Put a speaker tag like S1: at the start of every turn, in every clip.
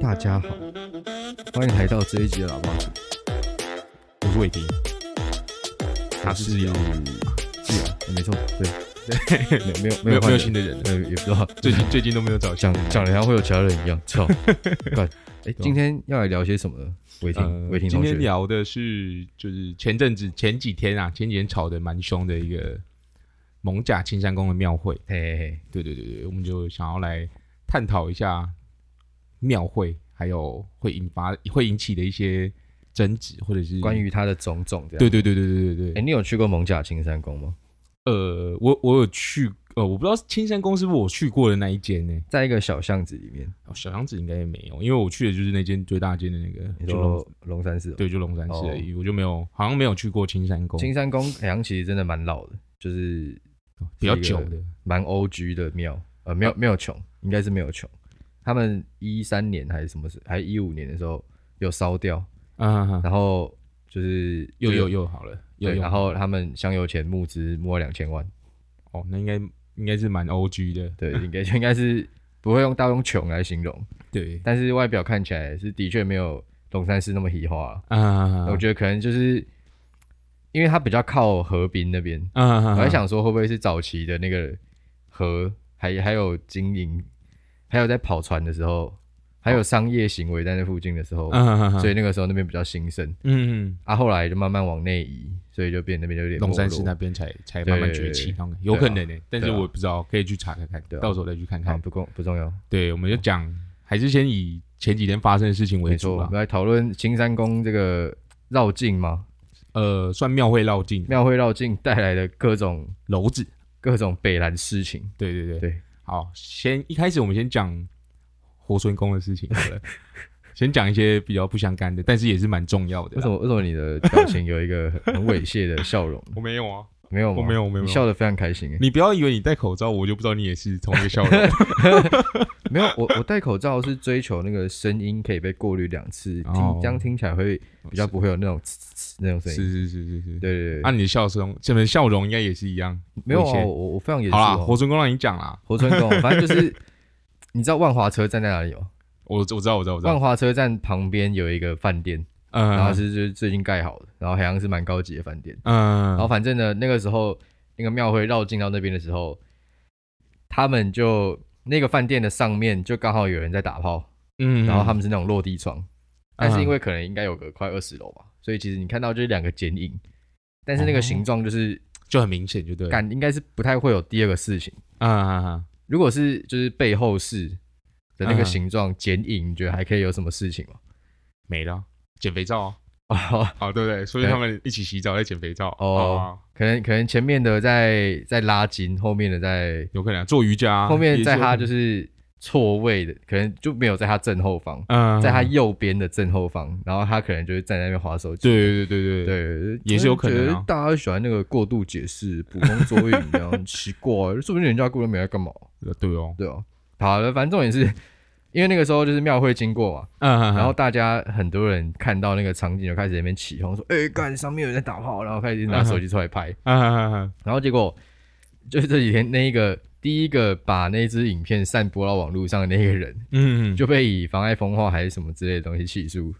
S1: 大家好，欢迎来到这一集的喇叭组，
S2: 我是伟斌，
S1: 我
S2: 是有
S1: 自由，没错， 对，对，没有没
S2: 没有
S1: 有
S2: 没有
S1: 换人，
S2: 新的人了，
S1: 呃，也不知道
S2: 最近最近都没有找
S1: 讲
S2: 新的人
S1: 讲的像会有其他人 一样，操，干，哎，今天要来聊些什么呢？伟霆，
S2: 啊呃
S1: 伟霆
S2: 今
S1: 同
S2: 天
S1: 学，
S2: 聊的是就是前阵子前几天啊，前几天吵得蛮凶的一个蒙甲青山宫的庙会，
S1: 嘿嘿嘿，
S2: 对对对对，我们就想要来探讨一下庙会，还有会引发会引起的一些争执，或者是
S1: 关于他的种种这样，
S2: 嗯对对对对对对
S1: 哎，
S2: 对，
S1: 你有去过蒙甲青山宫吗？
S2: 呃，我我有去，呃，我不知道青山宫是不是我去过的那一间呢、
S1: 在一个小巷子里面，
S2: 哦小巷子应该也没有，因为我去的就是那间最大间的那个
S1: 你
S2: 九龙
S1: 说龙山寺哦，
S2: 对，就龙山寺而已，我就没有，好像没有去过青山宫，
S1: 青山宫哎好像其实真的蛮老的，就是
S2: 比较
S1: 是一个
S2: 久的，
S1: 蛮 O G 的庙，呃，
S2: 啊
S1: 没有没有穷，应该是没有穷。他们一三年还是什么时，还一五年的时候有烧掉，
S2: 啊哈哈，
S1: 然后就是
S2: 又又又好了，又
S1: 对，
S2: 又
S1: 然后他们香油钱募资募了两千万，
S2: 哦，那应该应该是蛮 O G 的，
S1: 对，应该应该是不会用到用穷来形容，
S2: 对
S1: 但是外表看起来是的确没有龙山寺那么喜化、
S2: 啊，
S1: 我觉得可能就是因为它比较靠河滨那边，
S2: 得啊，
S1: 我在想说，会不会是早期的那个河，还还有经营，还有在跑船的时候，还
S2: 哦
S1: 有商业行为在那附近的时候，
S2: 啊，
S1: 所
S2: 以
S1: 以那个时候那边比较兴盛。
S2: 嗯，
S1: 啊，后来就慢慢往内移，所以就变那边就有点
S2: 龙山
S1: 没
S2: 寺
S1: 落
S2: 那边才才慢
S1: 对
S2: 慢
S1: 对
S2: 崛
S1: 对
S2: 起，
S1: 对
S2: 那种有可能呢，但是
S1: 对啊
S2: 我不知道，可以去查看看
S1: 对，啊
S2: 到时候再去看
S1: 好
S2: 看。
S1: 不公不重要，
S2: 对，我们就讲，还是先以前几天发生的事情为
S1: 没错。
S2: 主
S1: 我
S2: 吧
S1: 们。来讨论青山宫这个绕境吗？
S2: 呃，算庙会绕境，
S1: 庙会绕境带来的各种
S2: 楼子，
S1: 各种北兰事情，
S2: 对对对
S1: 对。
S2: 好，先一开始我们先讲活孙公的事情好了， 先讲一些比较不相干的，但是也是蛮重要的啦。
S1: 为什么为什么你的表情有一个很很猥亵的笑容？
S2: 我没有啊？
S1: 没有吗？
S2: 我没有我没有
S1: 你笑得非常开心耶。欸
S2: 你不要以为你戴口罩，我就不知道你也是同一 个笑容
S1: 没有，我我戴口罩是追求那个声音可以被过滤两次，听
S2: 哦
S1: 这样听起来会比较不会有那种呲呲呲那种声
S2: 是
S1: 音。
S2: 是是是是。
S1: 对对对，
S2: 啊，你的笑声，这边笑容应该也是一样。
S1: 没有
S2: 猥
S1: 啊，
S2: 亵
S1: 我我我非常严肃
S2: 好啦，
S1: 哦。
S2: 活孙公让你讲啦。
S1: 活春宫，反正就是你知道万华车站在哪里吗？
S2: 我我知道我知道我知
S1: 万
S2: 道。
S1: 华车站旁边有一个饭店，然后
S2: 嗯
S1: 是就是最近盖好的，然后好像是蛮高级的饭店。然后
S2: 嗯，
S1: 反正呢，那个时候那个庙会绕进到那边的时候，他们就那个饭店的上面就刚好有人在打炮，
S2: 嗯
S1: 然后他们是那种落地窗，但是因为可能应该有个快二十楼吧，所以其实你看到就是两个剪影，但是那个
S2: 哦
S1: 形状就是
S2: 就很明显，就对了。
S1: 感、应该是不太会有第二个事情。
S2: 啊啊啊！
S1: 如果是就是背后是的那个
S2: 嗯
S1: 形状剪影，你觉得还可以有什么事情吗？
S2: 没了，减肥皂啊
S1: 哦，
S2: 哦，对不对？所以他们一起洗澡在减肥皂
S1: 哦
S2: 哦，
S1: 可能可能前面的在在拉筋，后面的在
S2: 有可能啊做瑜伽啊，
S1: 后面
S2: 也
S1: 在
S2: 有
S1: 他
S2: 可能
S1: 就是错位的，可能就没有在他正后方，
S2: 嗯，
S1: 在他右边的正后方，然后他可能就是站在那边划手机。
S2: 对对对对对，
S1: 对，
S2: 也是有可能啊
S1: 觉得大家喜欢那个过度解释、捕风捉影这样，很奇怪， 说不定人家根本没在干嘛，
S2: 呃对哦，
S1: 对啊。好了，反正重点是，因为那个时候就是庙会经过嘛，
S2: 嗯，
S1: 然后大家很多人看到那个场景就开始在那边起哄说：“哎、干，上面有人在打炮！”然后开始拿手机出来拍，
S2: 嗯嗯嗯
S1: 然后结果就是这几天那一个第一个把那支影片散播到网络上的那个人，
S2: 嗯，就
S1: 就被以妨碍风化还是什么之类的东西起诉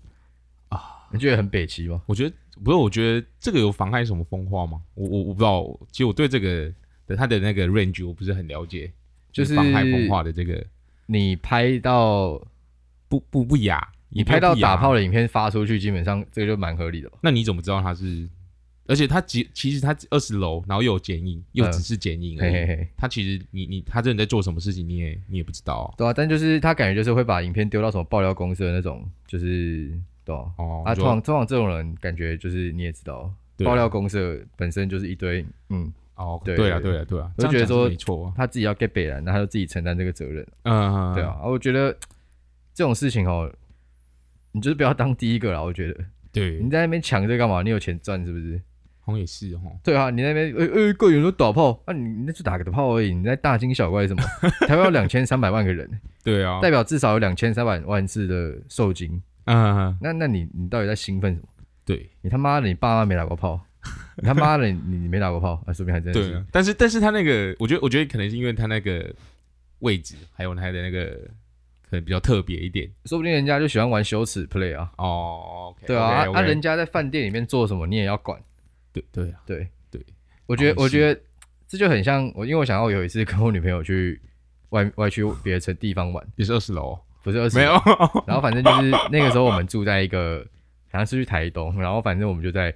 S1: 啊，你觉得很北齐吗？
S2: 我觉得不是，我觉得这个有妨碍什么风化吗？我我我不知道，其实我对这个的他的那个 range 我不是很了解，
S1: 就是
S2: 妨害风化的这个
S1: 你拍到
S2: 不不不啊雅，
S1: 你
S2: 你
S1: 拍到打炮
S2: 了，
S1: 的影片发出去，基本上这个就蛮合理的吧？
S2: 那你怎么知道他是？而且他其其实他二十楼，然后又有剪影，又只是剪影
S1: 嗯
S2: 而
S1: 嘿嘿
S2: 已。
S1: 嘿，
S2: 他其实你你他真的在做什么事情，你也你也不知道啊
S1: 对啊，但就是他感觉就是会把影片丢到什么爆料公司的那种，就是对啊，
S2: 哦。
S1: 啊
S2: 你
S1: 通
S2: 说
S1: 常通常这种人感觉就是你也知道，
S2: 对啊
S1: 爆料公社本身就是一堆嗯，
S2: 哦，
S1: 对
S2: 对了
S1: 对
S2: 对了对了，
S1: 我就觉得
S2: 这样讲
S1: 说
S2: 是没错啊，
S1: 他自己要 get 北然，那他就自己承担这个责任，
S2: 嗯，
S1: 对啊，啊我觉得这种事情哦，你就是不要当第一个啦，我觉得
S2: 对，
S1: 你在那边抢这干嘛？你有钱赚是不是？
S2: 好像也是哦。
S1: 对啊，你那边呃呃，个人都打炮，啊你你那就打个炮而已，你在大惊小怪什 么？台湾有两千三百万个人，
S2: 对啊，
S1: 代表至少有两千三百万次的受精，
S2: 嗯，
S1: 那那你你到底在兴奋什么？
S2: 对
S1: 你他妈的你爸妈没打过炮，你他妈的你你你没打过炮啊，说不定还真的
S2: 对
S1: 是
S2: 啊，但是但是他那个，我觉得我觉得可能是因为他那个位置，还有他的那个可能比较特别一点
S1: 说不定人家就喜欢玩羞耻 play 啊。
S2: 哦。
S1: 对啊，
S2: o
S1: 啊，人家在饭店里面做什么，你也要管。
S2: 对对啊，
S1: 对
S2: 对，
S1: 我觉
S2: 哦
S1: 得，
S2: 是
S1: 我觉得这就很像我，因为我想要有一次跟我女朋友去外外去别的城地方玩，
S2: 也是二十楼哦，
S1: 不是二十，
S2: 没有，
S1: 然后反正就是那个时候我们住在一个好像是去台东，然后反正我们就在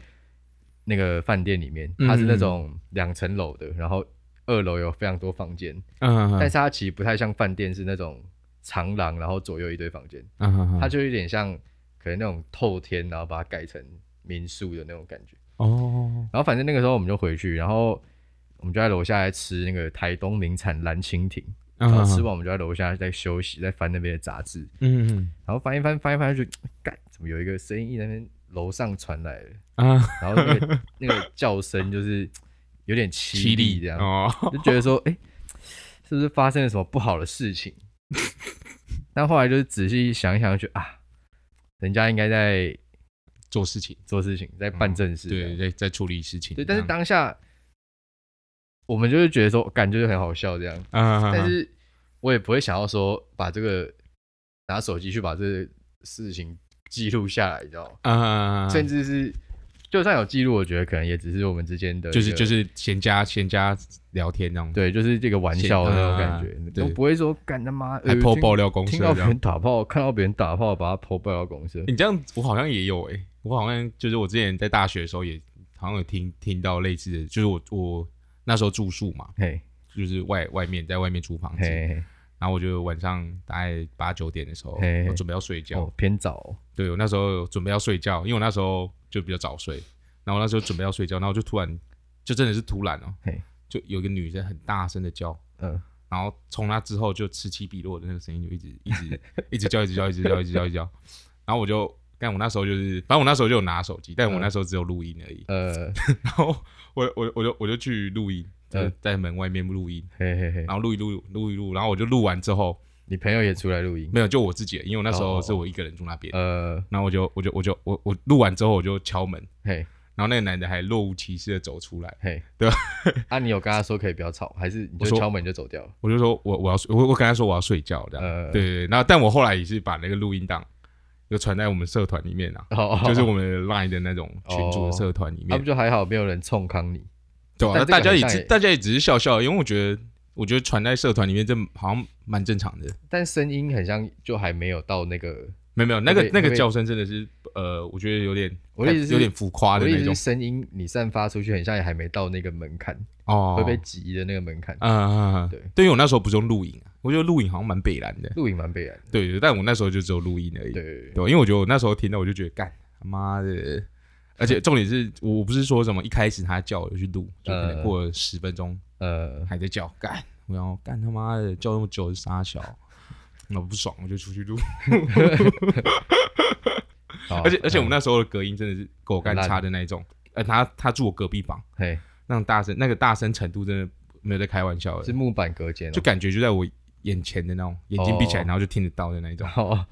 S1: 那个饭店里面，
S2: 嗯
S1: 它是那种两层楼的，然后二楼有非常多房间，
S2: 嗯，
S1: 但是它其实不太像饭店是那种长廊，然后左右一堆房间，
S2: 嗯，
S1: 它
S2: 他
S1: 就有点像可能那种透天，然后把它改成民宿的那种感觉。
S2: 哦，
S1: 然后反正那个时候我们就回去，然后我们就在楼下来吃那个台东名产蓝蜻蜓，然后吃完我们就在楼下在休息，在翻那边的杂志，
S2: 啊嗯嗯
S1: 然后翻一翻翻一翻就觉得，干怎么有一个声音在那边楼上传来了，
S2: 嗯啊，
S1: 然后那 个那个叫声就是有点凄
S2: 犀
S1: 厉
S2: 利
S1: 这样，
S2: 哦，
S1: 就觉得说，哎、是不是发生了什么不好的事 情？但后来就是仔细想一想，就觉得啊，人家应该在
S2: 做事情，
S1: 做事情，在办正事、
S2: 对，在在处理事情这
S1: 嗯对，但
S2: 样，
S1: 是当下我们就是觉得说，感觉就很好笑这样，
S2: 啊，
S1: 但是我也不会想要说把这个拿手机去把这个事情记录下来，你知道吗？
S2: 啊，
S1: 甚至是就算有记录，我觉得可能也只是我们之间的
S2: 就是
S1: 一个
S2: 就是闲家闲家聊天这样，，
S1: 对，就是这个玩笑的那种感
S2: 啊
S1: 觉，
S2: 对
S1: 我不会说干他妈
S2: 还
S1: 呃
S2: 破
S1: 听
S2: 爆料公
S1: 听
S2: 社
S1: 到
S2: 这
S1: 别
S2: 样
S1: 人。打炮， 看到别人打炮，把他抛爆到 公司。
S2: 你这样，我好像也有诶、我好像就是我之前在大学的时候也好像有听听到类似的，就是我我那时候住宿嘛，
S1: 嘿，
S2: 就是外外面在外面租房子，
S1: 嘿，
S2: 然后我就晚上大概八九点的时候，
S1: 嘿嘿
S2: 我准备要睡
S1: 嘿
S2: 觉，
S1: 哦，偏早哦，
S2: 对我那时候准备要睡觉，因为我那时候就比较早睡，然后我那时候准备要睡觉，然后就突然就真的是突然哦、
S1: 嘿
S2: 就有一个女生很大声的叫，
S1: 嗯，
S2: 然后从那之后就此起彼落的那个声音就一直 一直一直叫，一直叫，一直叫，一直叫，一直叫。然后我就，但我那时候就是，反正我那时候就有拿手机，但我那时候只有录音而已。
S1: 呃，
S2: 然后我我我就我就去录音，就是在门外面录音，
S1: 嘿嘿嘿，
S2: 然后录一录录一录，然后我就录完之后
S1: 你朋友也出来录音，
S2: 没有就我自己，因为我那时
S1: 哦哦
S2: 候
S1: 哦
S2: 是我一个人住那边。
S1: 呃，
S2: 然后我就我就我就我我录完之后我就敲门，
S1: 嘿。
S2: 然后那个男的还若无其事的走出来，
S1: 嘿，
S2: 对
S1: 吧？啊，你有跟他说可以不要吵，还是你
S2: 我
S1: 就
S2: 说
S1: 敲门就走掉了？
S2: 我就说我我要睡我我跟他说我要睡觉这样，
S1: 呃
S2: 对对对，然后但我后来也是把那个录音档又传在我们社团里面啊，
S1: 哦
S2: 就是我们 Line 的那种群组的社团里
S1: 他
S2: 面，
S1: 们就还好，没有人冲康你。
S2: 对啊，
S1: 哦啊但
S2: 那
S1: 这个
S2: 大家也
S1: 好像欸
S2: 只
S1: 也
S2: 大家也只是笑笑，因为我觉得我觉得传在社团里面这好像蛮正常的，
S1: 但声音很像，就还没有到那个。
S2: 没有没有那个
S1: 会被
S2: 那个
S1: 会被
S2: 叫声真的是呃，我觉得有点
S1: 我的意思是
S2: 有点浮夸
S1: 我
S2: 的
S1: 的意
S2: 那
S1: 思
S2: 种
S1: 是，声音你散发出去，很像也还没到那个门槛，
S2: 哦，
S1: 会被挤的那个门槛。
S2: 啊啊，啊
S1: 对
S2: 对，因为我那时候不是用录影啊，我觉得录影好像蛮北蓝的，
S1: 录影蛮悲哀的。
S2: 对对，但我那时候就只有录音而已，
S1: 对，
S2: 对，因为我觉得我那时候听到，我就觉得干他妈的，而且重点是我不是说什么一开始他叫我就去录，就可能
S1: 呃
S2: 过了十分钟
S1: 呃，
S2: 还在叫，干，我要干他妈的叫那么久是傻小， 那我不爽我就出去录，
S1: 好
S2: 而且而且我
S1: 嗯
S2: 们那时候的隔音真的是狗干差的那一种，呃，他他住我隔壁房，
S1: 嘿
S2: 那种大声那个大声程度真的没有在开玩笑
S1: 是
S2: 的，
S1: 木板隔间哦，
S2: 就感觉就在我眼前的那种，眼睛闭起来
S1: 哦
S2: 然后就听得到的那 一种，
S1: 哦，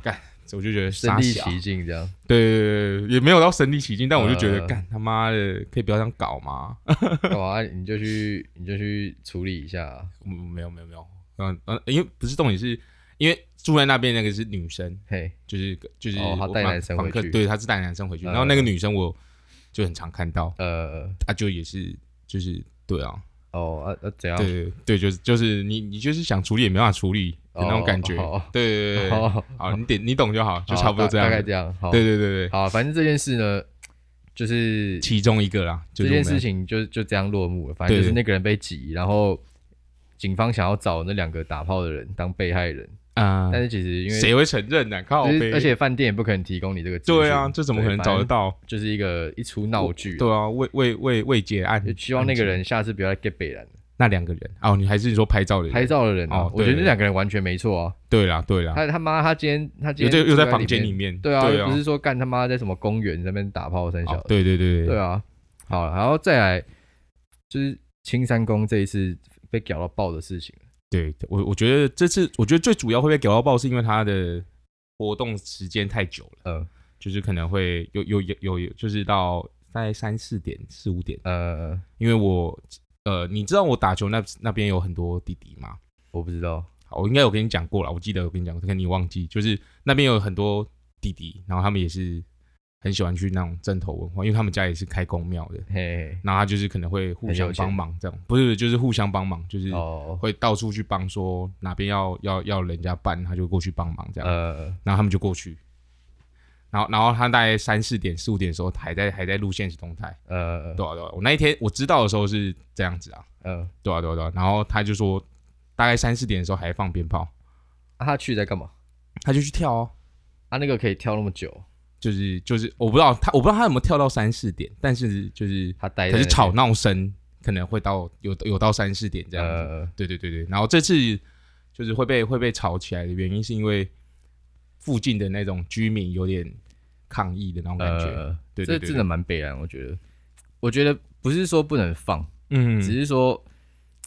S2: 所以我就觉得
S1: 身
S2: 傻
S1: 临
S2: 小。
S1: 其境这样。
S2: 对对对，对也没有到身临其境，但我就觉得，
S1: 呃
S2: 干、他妈的，可以不要这样搞吗？
S1: 干嘛？啊你就去，你就去处理一下啊。
S2: 嗯没有没有没有，嗯嗯，因为不是重点是，因为住在那边那个是女生，
S1: 嘿，
S2: 就是就是
S1: 哦她
S2: 我
S1: 带
S2: 房
S1: 男生
S2: 房
S1: 回
S2: 客
S1: 去
S2: 对，她是带男生回去，然后
S1: 呃
S2: 那个女生我就很常看到，
S1: 呃，
S2: 啊，就也是就是对啊，
S1: 哦啊啊，怎样？
S2: 对对，就是就是你你就是想处理也没办法处理的那种感觉，
S1: 哦哦
S2: 对对对对，
S1: 哦，
S2: 好，你点你懂就好，就
S1: 好
S2: 差不多
S1: 大
S2: 这样，
S1: 大概这样。好，
S2: 对对对对，
S1: 好，反正这件事呢，就是
S2: 其中一个啦，就
S1: 这
S2: 是
S1: 件
S2: 我们
S1: 事情就就这样落幕了。反正
S2: 对
S1: 就是那个人被挤，然后警方想要找那两个打炮的人当被害人，
S2: 啊，
S1: 但是其实因为
S2: 谁会承认呢？靠
S1: 就是
S2: 背，
S1: 而且饭店也不可能提供你这个资讯，
S2: 对啊，这怎么可能找得？到？
S1: 反正就是一个一出闹剧。
S2: 对啊，未未未未结案，
S1: 就希望那个人下次不要再 get 北兰
S2: 那两个人哦，你还是说拍照的人？
S1: 拍照的人啊
S2: 哦，
S1: 我觉得
S2: 对
S1: 那两个人完全没错啊。
S2: 对啦对啦，
S1: 他他妈他今天他今
S2: 又在
S1: 天
S2: 又在
S1: 住
S2: 房间里，面，
S1: 对啊，
S2: 对
S1: 又不是说干他妈在什么公园那边打炮三小
S2: 哦，对对对
S1: 对，啊，好，然后再来就是青山宫这一次被搞到爆的事情，
S2: 对我我觉得这次我觉得最主要会被屌到爆，是因为他的活动时间太久了，
S1: 呃
S2: 就是可能会有有有有有，就是到大概三四点四五点，
S1: 呃，
S2: 因为我呃，你知道我打球那那边有很多弟弟嘛，
S1: 我不知道，
S2: 好，我应该有跟你讲过了，我记得有跟你讲过，可能你忘记，就是那边有很多弟弟，然后他们也是很喜欢去那种镇头文化，因为他们家也是开公庙的，
S1: 嘿，
S2: 然后他就是可能会互
S1: 很有
S2: 相
S1: 钱
S2: 帮忙这样，不是就是互相帮忙，就是
S1: 哦，
S2: 会到处去帮，说哪边要要要人家办，他就过去帮忙这样，
S1: 呃，
S2: 然后他们就过去，然后然后他大概三四点四五点的时候还在还在录现实动态，
S1: 呃，
S2: 对啊对啊，我那一天我知道的时候是这样子啊，
S1: 呃，
S2: 对啊对啊对啊，然后他就说大概三四点的时候还放鞭炮，
S1: 啊他去在干嘛？
S2: 他就去跳哦。
S1: 他那个可以跳那么久，
S2: 就是就是，我不知道他，我不知道他有没有跳到三四点，但是就是，
S1: 他待
S2: 可
S1: 在
S2: 是
S1: 那
S2: 吵
S1: 边
S2: 闹声可能会到有有到三四点这样子。
S1: 呃，
S2: 对对对对，然后这次就是会被会被吵起来的原因，是因为附近的那种居民有点抗议的那种感觉。
S1: 呃，
S2: 对对
S1: 这
S2: 对
S1: 真的蛮悲哀，我觉得，我觉得不是说不能放，
S2: 嗯，
S1: 只是说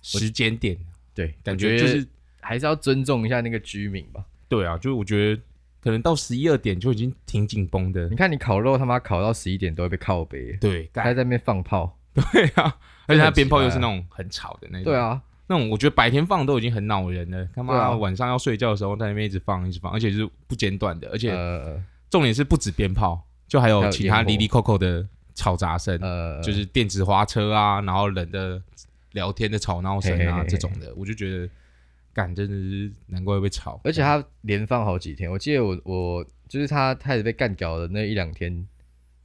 S2: 时间点
S1: 对，
S2: 感
S1: 我
S2: 觉就是
S1: 还是要尊重一下那个居民吧。
S2: 对啊，就是我觉得可能到十一二点就已经挺紧绷的
S1: 你。看，你烤肉他妈烤到十一点都会被靠背，
S2: 对，
S1: 他
S2: 干
S1: 还在那边放炮，
S2: 对啊，而且
S1: 这
S2: 他
S1: 很
S2: 鞭炮
S1: 奇怪
S2: 又
S1: 啊
S2: 是那种很吵的那种。
S1: 对啊，
S2: 那种我觉得白天放都已经很恼人了，他妈、
S1: 对啊
S2: 晚上要睡觉的时候在那边一直放一直放，而且是不间断的，而且
S1: 呃
S2: 重点是不止鞭炮，就还
S1: 还
S2: 有
S1: 有
S2: 其他
S1: 烟火
S2: 离离扣扣的吵杂声，
S1: 呃，
S2: 就是电子花车啊，然后人的聊天的吵闹声
S1: 嘿嘿
S2: 啊
S1: 嘿嘿
S2: 这种的，我就觉得干真的是难怪会被吵，
S1: 而且他连放好几天，我记得我我就是他开始被干掉的那一两天，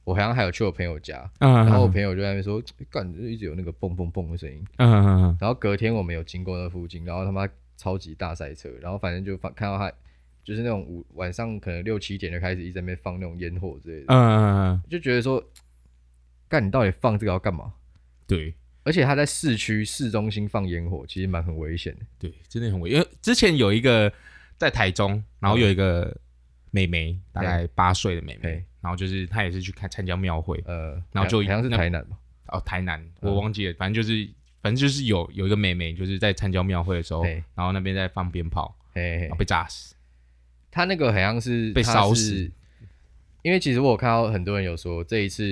S1: 我好像还有去我朋友家，
S2: 嗯，
S1: 然后我
S2: 嗯
S1: 朋友就在那边说，干一直有那个蹦蹦蹦的声音，
S2: 嗯嗯嗯
S1: 然后隔天我们有经过那附近，然后他妈超级大塞车，然后反正就放看到他就是那种午晚上可能六七点就开始一直在那边放那种烟火之类的，
S2: 嗯嗯，
S1: 就觉得说，干你到底放这个要干嘛？
S2: 对
S1: 而且他在市区市中心放烟火，其实蛮很危险的。
S2: 对，真的很危，因为之前有一个在台中，然后有一个妹妹，大概八岁的妹妹
S1: 嘿。
S2: 然后就是她也是去看参加庙会，
S1: 呃，
S2: 然后就
S1: 好像好像是
S2: 那
S1: 台南吧，
S2: 哦，台南，我忘记了，反正就是反正就是有有一个妹妹，就是在参加庙会的时候
S1: 对，
S2: 然后那边在放鞭炮，
S1: 嘿嘿
S2: 然后被炸死。
S1: 他那个好像是
S2: 被
S1: 他
S2: 烧
S1: 是
S2: 死
S1: 因为其实我有看到很多人有说这一次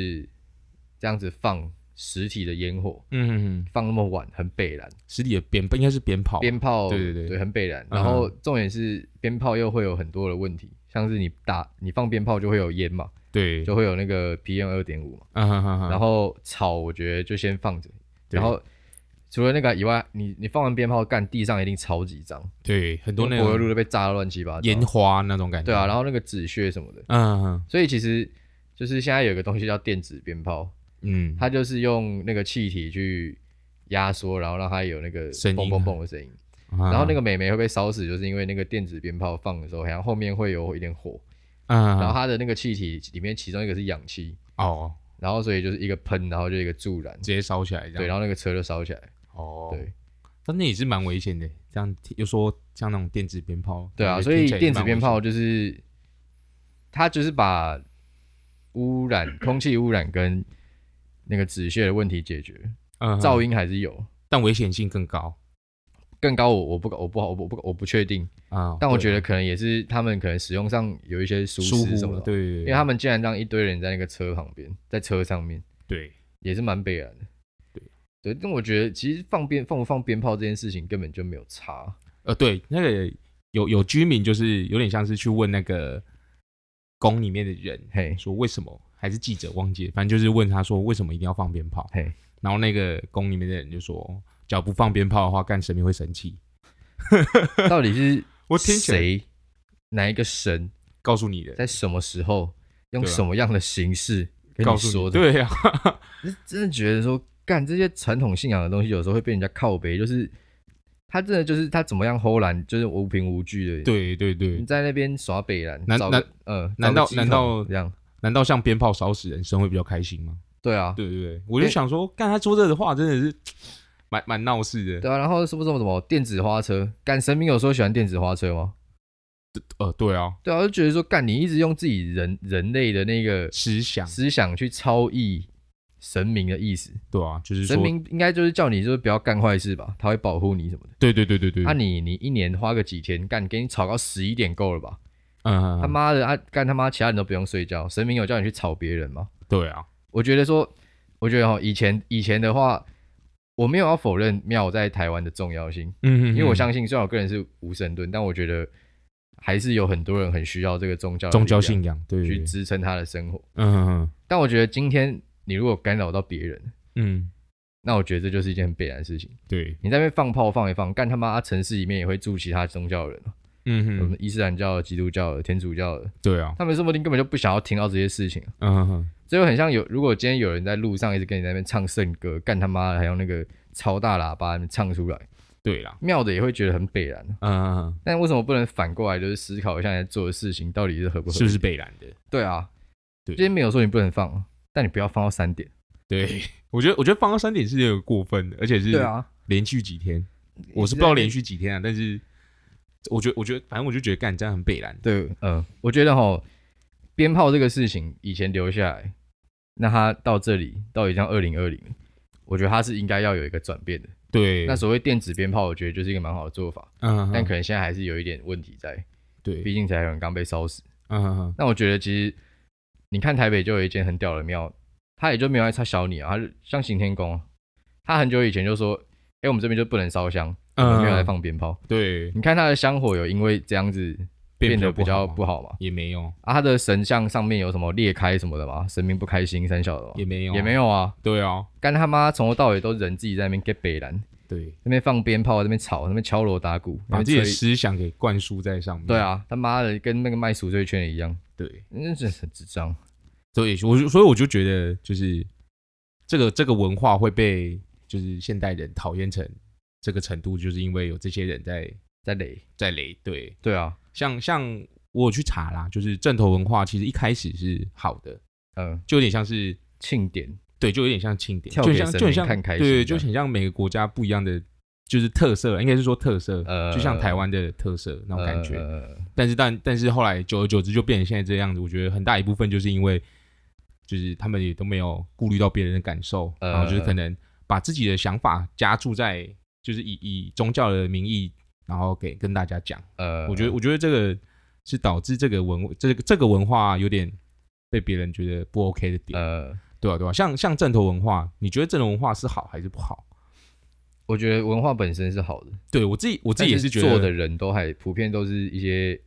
S1: 这样子放实体的烟火，
S2: 嗯，
S1: 放那么晚很北蓝，
S2: 实体的鞭应该是鞭炮，
S1: 鞭炮
S2: 哦对对对
S1: 很北蓝。
S2: 嗯
S1: 然后重点是鞭炮又会有很多的问题，像是你打你放鞭炮就会有烟嘛，
S2: 对，
S1: 就会有那个 PM 二点五嘛。
S2: 嗯哼哼哼，
S1: 然
S2: 后
S1: 后草我觉得就先放着，
S2: 对
S1: 然后除了那个以外，你你放完鞭炮干地上一定超级脏，
S2: 对很
S1: 很
S2: 多那
S1: 柏油
S2: 种
S1: 路都被炸得乱七八糟。
S2: 烟花那种感觉，
S1: 对啊，，然后那个纸屑什么的，
S2: 嗯
S1: 所以其实就是现在有个东西叫电子鞭炮，
S2: 嗯，
S1: 它就是用那个气体去压缩，然后让它有那个
S2: 声音啊
S1: 嘣嘣嘣的声音。
S2: 嗯
S1: 然后那个美眉会被烧死，就是因为那个电子鞭炮放的时候，好像后面会有一点火，
S2: 嗯，
S1: 然后它的那个气体里面其中一个是氧气，
S2: 哦，
S1: 然后所以就是一个喷，然后就一个助燃
S2: 直，接烧起来这
S1: 对，
S2: 样，
S1: 然后那个车就烧起来。
S2: 哦，
S1: 对，
S2: 但那也是蛮危险的，这样又说像那种电子鞭炮，
S1: 对啊，
S2: 感觉
S1: 所以
S2: 听起来也
S1: 电子
S2: 蛮
S1: 鞭
S2: 危
S1: 炮就是它就是把污染、空气污染跟那个纸屑的问题解决，
S2: 险嗯哼
S1: 噪音还是有。
S2: 但危险性更高
S1: 更高我我不我不好我不我不我不确定，
S2: 啊，
S1: 但我
S2: 对
S1: 觉得可能也是他们可能使用上有一些疏
S2: 疏
S1: 失什
S2: 忽
S1: 么
S2: 了，
S1: 的，
S2: 对，因
S1: 因为他们竟然让一堆人在那个车旁边，在车上面
S2: 对
S1: 也是蛮悲然的。
S2: 对
S1: 对，但我觉得其实放鞭放不放鞭炮这件事情根本就没有差，
S2: 呃，对，那个有有居民就是有点像是去问那个宫里面的人
S1: 嘿
S2: 说为什么，还是记者忘记了，反正就是问他说为什么一定要放鞭炮，
S1: 嘿，
S2: 然后那个宫里面的人就说，只要不放鞭炮的话，干神明会生气。
S1: 到底是
S2: 我听起来
S1: 谁哪一个神
S2: 告诉你的，
S1: 在什么时候用
S2: 对啊
S1: 什么样的形式跟
S2: 告
S1: 你
S2: 诉
S1: 说的？
S2: 对呀、啊
S1: 是真的觉得说，干这些传统信仰的东西，有时候会被人家靠背，就是他真的就是他怎么样偷懒，就是无凭无据的。，
S2: 对对对
S1: 你，在那边耍北兰，
S2: 难
S1: 找个呃，
S2: 难
S1: 找个
S2: 道
S1: 鸡桶
S2: 难道
S1: 这样？
S2: 难道像鞭炮烧死人，神会比较开心吗？
S1: 对啊，
S2: 对对对，我就想说，干他说这的话真的是 蛮蛮闹事的。
S1: 对啊，然后什么什么什么电子花车，干神明有说喜欢电子花车吗？
S2: 呃，对啊，
S1: 对啊，我就觉得说，干你一直用自己人人类的那个
S2: 思想
S1: 思想去超译神明的意思，
S2: 对啊，就是说
S1: 神，明应该就是叫你就是不要干坏事吧，他会保护你什么的。
S2: 对对对对对，嗯
S1: 啊你，你一年花个几天，干给你吵到十一点够了吧？
S2: 嗯，
S1: 他妈的，啊，干他妈，其他人都不用睡觉，神明有叫你去吵别人吗？
S2: 对啊，
S1: 我觉得说，我觉得哈，以前以前的话，我没有要否认庙在台湾的重要性，
S2: 嗯，
S1: 因为我相信，虽然我个人是无神论，但我觉得还是有很多人很需要这个宗教的
S2: 宗教
S1: 力量
S2: 信仰，对，
S1: 去支撑他的生活。
S2: 嗯嗯
S1: 但我觉得今天你如果干扰到别人，
S2: 嗯，
S1: 那我觉得这就是一件很悲然的事情。
S2: 对，
S1: 你在那边放炮放一放，干他妈、啊城市里面也会住其他宗教的人啊，
S2: 嗯
S1: 什么
S2: 哼，
S1: 伊斯兰教的、基督教的、天主教的，
S2: 对啊，
S1: 他们说不定根本就不想要听到这些事情啊。
S2: 嗯哼，
S1: 这就很像有，如果今天有人在路上一直跟你在那边唱圣歌，干他妈的还用那个超大喇叭在那边唱出来，
S2: 对啦，
S1: 妙的也会觉得很北然啊。
S2: 嗯，
S1: 但为什么不能反过来，就是思考一下你在做的事情到底是合不合？
S2: 是不是被拦的？
S1: 对啊，
S2: 对
S1: 今天没有说你不能放，但你不要放到三点。
S2: 对，我觉得我觉得放到三点是有点过分的，而且是
S1: 啊，
S2: 连续几天，我是不知道连。续几天啊，但是我觉得我觉得反正我就觉得干这样很被拦，
S1: 对，嗯、我觉得哈，鞭炮这个事情以前留下来，那它到这里到底像二零二零，我觉得它是应该要有一个转变的。
S2: 对，
S1: 那所谓电子鞭炮，我觉得就是一个蛮好的做法，
S2: 嗯哼，
S1: 但可能现在还是有一点问题在，
S2: 对，
S1: 毕竟才有人刚被烧死。
S2: 嗯哼哼，
S1: 那我觉得其实你看台北就有一间很屌的庙，他也就没有在插小你啊，他就像行天宫，啊他很久以前就说，哎、我们这边就不能烧香，我们没有在放鞭炮。
S2: 嗯对，
S1: 你看他的香火有因为这样子变得比较不好嘛？
S2: 也没有，
S1: 啊，他的神像上面有什么裂开什么的吗？神明不开心三小的吗？
S2: 也没有，
S1: 也没，有啊，
S2: 对啊，
S1: 干他妈从头到尾都人自己在那边 get 北兰，
S2: 对，
S1: 那边放鞭炮，那边吵，那边敲锣打鼓，那
S2: 把
S1: 边
S2: 自己的
S1: 吹。
S2: 思想给灌输在上面，
S1: 对，啊，他妈的跟那个卖赎罪券的一样，
S2: 对，
S1: 那真是很智障。
S2: 所以我就所以我就觉得就是这个这个文化会被就是现代人讨厌成这个程度，就是因为有这些人在
S1: 在累，
S2: 在雷，对，
S1: 对啊，
S2: 像像我有去查啦，就是正头文化其实一开始是好的，
S1: 嗯，
S2: 就有点像是
S1: 庆典，
S2: 对，就有点像庆典，
S1: 跳
S2: 就
S1: 给
S2: 很像
S1: 神
S2: 就很
S1: 明
S2: 像
S1: 看开心这
S2: 对，就
S1: 样
S2: 很像每个国家不一样的就是特色，应该是说特色，
S1: 呃
S2: 就像台湾的特色那种感觉。
S1: 呃
S2: 但是但但是后来久而久之就变成现在这样子，我觉得很大一部分就是因为就是他们也都没有顾虑到别人的感受，
S1: 呃
S2: 然后就是可能把自己的想法加注在就是以以宗教的名义，然后给跟大家讲。
S1: 呃，
S2: 我觉得我觉得这个是导致这个文这个这个文化有点被别人觉得不 OK 的点。
S1: 呃，
S2: 对啊，对啊，像像正头文化，你觉得正头文化是好还是不好？
S1: 我觉得文化本身是好的，
S2: 对我自己，我
S1: 我
S2: 自己也是觉
S1: 做
S2: 得，
S1: 的人都还普遍都是一些，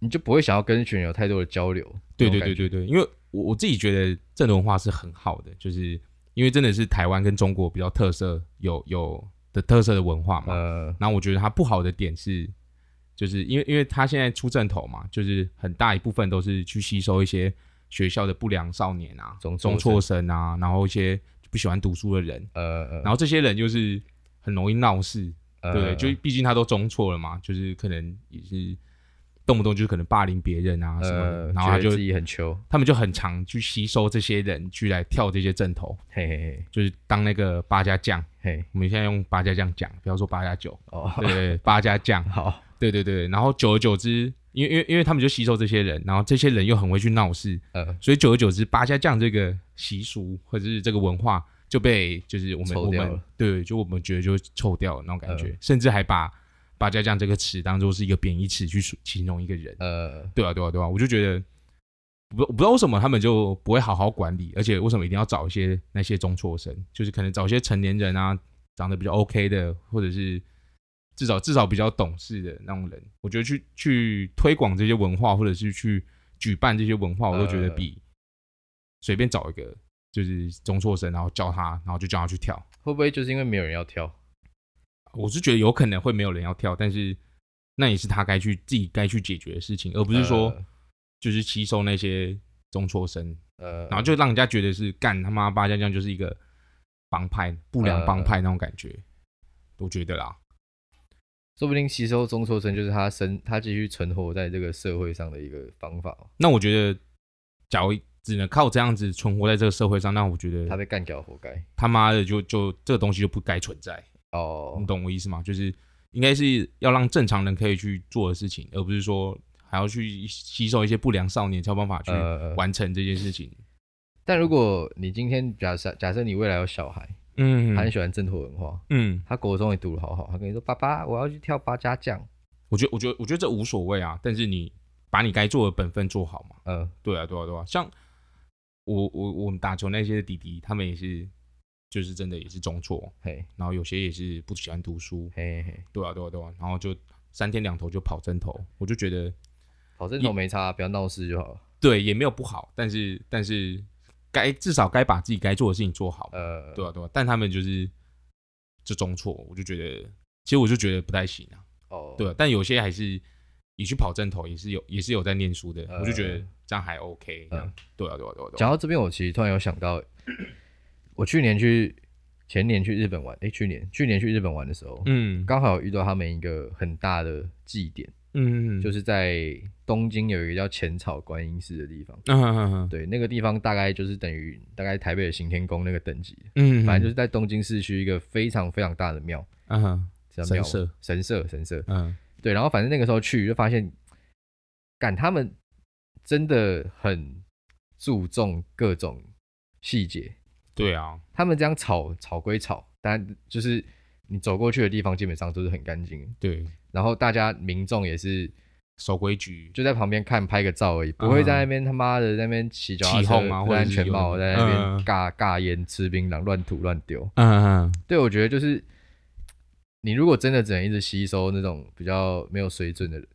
S1: 你就不会想要跟一群人有太多的交流。
S2: 对
S1: 那种
S2: 对对
S1: 感觉
S2: 对对，因为我我自己觉得正头文化是很好的，就是因为真的是台湾跟中国比较特色有有的特色的文化嘛。
S1: 呃，
S2: 然后我觉得它不好的点是，就是因为因为它现在出正头嘛，就是很大一部分都是去吸收一些学校的不良少年啊、
S1: 中
S2: 中辍生啊，然后一些不喜欢读书的人，
S1: 呃
S2: 然后这些人就是很容易闹事，
S1: 呃，
S2: 对，就毕竟他都中错了嘛，就是可能也是动不动就是可能霸凌别人啊什么的，
S1: 呃，
S2: 然后他
S1: 觉得
S2: 就
S1: 自己很穷，
S2: 他们就很常去吸收这些人去来跳这些阵头，
S1: 嘿嘿
S2: 就是当那个八家将。
S1: 嘿嘿，
S2: 我们现在用八家将讲，不要说八加九，
S1: 哦，
S2: 对对对八家将，
S1: 好，
S2: 对对对。然后久而久之，因为因为因为他们就吸收这些人，然后这些人又很会去闹事，
S1: 呃，
S2: 所以久而久之，八家将这个习俗或者是这个文化就被就是我们
S1: 臭
S2: 我
S1: 掉
S2: 们
S1: 了嗯
S2: 对，就我们觉得就臭掉了那种感觉，甚至还把八家将这个词当做是一个贬义词去数形容一个人。
S1: 呃，
S2: 对啊，对啊，对啊，我就觉得不我不知道为什么他们就不会好好管理，而且为什么一定要找一些那些中辍生，就是可能找一些成年人啊，长得比较 OK 的，或者是。至少至少比较懂事的那种人，我觉得去去推广这些文化，或者是去举办这些文化，我都觉得
S1: 呃
S2: 比随便找一个就是中辍生，然后教他，然后就叫他去跳。
S1: 会不会就是因为没有人要跳？
S2: 我是觉得有可能会没有人要跳，但是那也是他该去自己该去解决的事情，而不是说
S1: 呃
S2: 就是吸收那些中辍生，
S1: 呃，呃
S2: 然后就让人家觉得是干他妈八家将就是一个帮派不
S1: 呃
S2: 良帮派那种感觉，我觉得啦，
S1: 说不定吸收中辍生就是他生他继续存活在这个社会上的一个方法哦，
S2: 那我觉得假如只能靠这样子存活在这个社会上，那我觉
S1: 他
S2: 得
S1: 被干掉活该。
S2: 他妈的就就这个东西就不该存在。
S1: 哦
S2: 你，懂我意思吗？就是应该是要让正常人可以去做的事情，而不是说还要去吸收一些不良少年才有办法去
S1: 呃，
S2: 完成这件事情。
S1: 但如果你今天假设假设你未来有小孩，
S2: 嗯
S1: 他很喜欢正统文化，
S2: 嗯，
S1: 他国中也读得好好，他跟你说爸爸，我要去跳八家将，
S2: 我觉得我觉得我觉得这无所谓啊，但是你把你该做的本分做好嘛。
S1: 嗯
S2: 对啊，对啊，对啊，像我我我们打球那些弟弟，他们也是就是真的也是中辍，
S1: 嘿，
S2: 然后有些也是不喜欢读书，
S1: 嘿嘿，
S2: 对啊，对啊，对啊，然后就三天两头就跑针头，我就觉得
S1: 跑正头没差，啊不要闹事就好了。
S2: 对也没有不好，但是但是该至少该把自己该做的事情做好，
S1: 呃，
S2: 对啊，对啊，但他们就是就中错，我就觉得，其实我就觉得不太行啊，
S1: 哦，
S2: 对啊，但有些还是也去跑正头，也是有也是有在念书的，
S1: 呃
S2: 我就觉得这样还 OK，这样、
S1: 呃
S2: 对啊，对啊，对啊，对啊，
S1: 讲到这边，我其实突然有想到， 我去年去，前年去日本玩，诶，去年去年去日本玩的时候，
S2: 嗯
S1: 刚好有遇到他们一个很大的祭典，
S2: 嗯，
S1: 就是是在东京有一个叫浅草观音寺的地方。
S2: 嗯嗯嗯
S1: 对，那个地方大概就是等于大概台北的行天宫那个等级，
S2: 嗯，
S1: 反正就是在东京市区一个非常非常大的庙，
S2: 嗯
S1: 叫庙
S2: 神社
S1: 神社神社。
S2: 嗯
S1: 对，然后反正那个时候去就发现，感他们真的很注重各种细节。
S2: 对啊，
S1: 他们这样吵吵归吵，但就是你走过去的地方基本上都是很干净的，
S2: 对，
S1: 然后大家民众也是
S2: 守规矩，
S1: 就在旁边看拍个照而已，不会在那边他妈的在那边骑脚踏
S2: 嗯起
S1: 车、
S2: 哄啊
S1: 不
S2: 或者
S1: 戴安
S2: 是
S1: 全
S2: 有
S1: 帽，在
S2: 的
S1: 那
S2: 嗯
S1: 边尬尬烟、吃槟榔、乱吐乱丢。
S2: 嗯嗯
S1: 对，我觉得就是你如果真的只能一直吸收那种比较没有水准的人，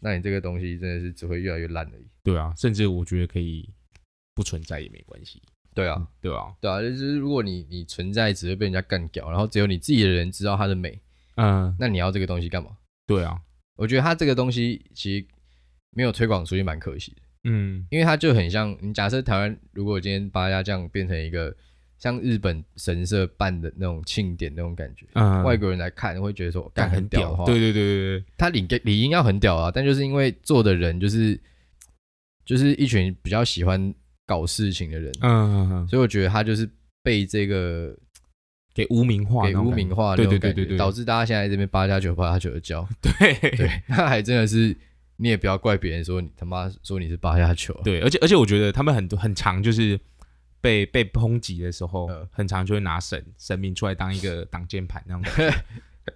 S1: 那你这个东西真的是只会越来越烂而已。
S2: 对啊，甚至我觉得可以不存在也没关系，
S1: 对啊，
S2: 对啊，
S1: 对啊，就是如果你你存在只会被人家干掉，然后只有你自己的人知道它的美，
S2: 嗯，
S1: 那你要这个东西干嘛？
S2: 对啊，
S1: 我觉得它这个东西其实没有推广出去，蛮可惜的，
S2: 嗯
S1: 因为它就很像你假设台湾如果今天八家将变成一个像日本神社办的那种庆典那种感觉，
S2: 嗯，
S1: 外国人来看会觉得说干
S2: 干很
S1: 屌的话，
S2: 对对对对对，
S1: 他理理应要很屌啊，但就是因为做的人就是就是一群比较喜欢搞事情的人，
S2: 嗯嗯嗯。
S1: 所以我觉得他就是被这个
S2: 给污名化那
S1: 给
S2: 种
S1: 污
S2: 感觉，
S1: 名化的
S2: 对
S1: 那
S2: 对
S1: 种
S2: 对
S1: 感
S2: 对
S1: 觉，
S2: 对，
S1: 导致大家现在这边八加九八加九的叫，
S2: 对
S1: 对，那还真的是你也不要怪别人说你他妈说你是八加九啊，
S2: 对，而且而且我觉得他们很多很长就是被被抨击的时候，
S1: 嗯
S2: 很长就会拿神神明出来当一个挡箭牌那种感觉。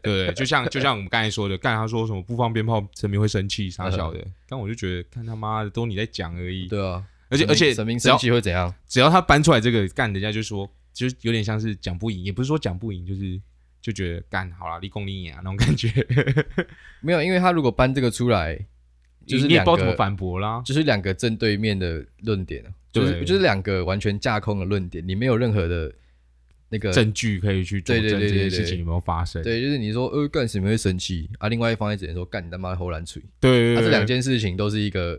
S2: 对，就像就像我们刚才说的，干他说什么不放鞭炮，神明会生气傻小的，但我就觉得看他妈的都你在讲而已，
S1: 对啊，
S2: 而且
S1: 神明
S2: 而且
S1: 神明
S2: 只要
S1: 生气会怎样？
S2: 只要他搬出来这个干，人家就说就是有点像是讲不赢，也不是说讲不赢，就是就觉得干好啦，立功立赢啊那种感觉，
S1: 没有，因为他如果搬这个出来，就是
S2: 你也
S1: 两
S2: 不知道怎么
S1: 个。
S2: 反驳啦，
S1: 就是两个正对面的论点啊，就是
S2: 对
S1: 就是两个完全架空的论点，你没有任何的那个
S2: 证据可以去佐
S1: 对对
S2: 证
S1: 对
S2: 这件
S1: 对
S2: 事
S1: 对
S2: 情有没有发生。
S1: 对，就是你说呃干什么会生气啊？另外一方也只能说干你他妈的偷懒吹。
S2: 对
S1: 那、
S2: 对，
S1: 这
S2: 对
S1: 两
S2: 对
S1: 件事情都是一个，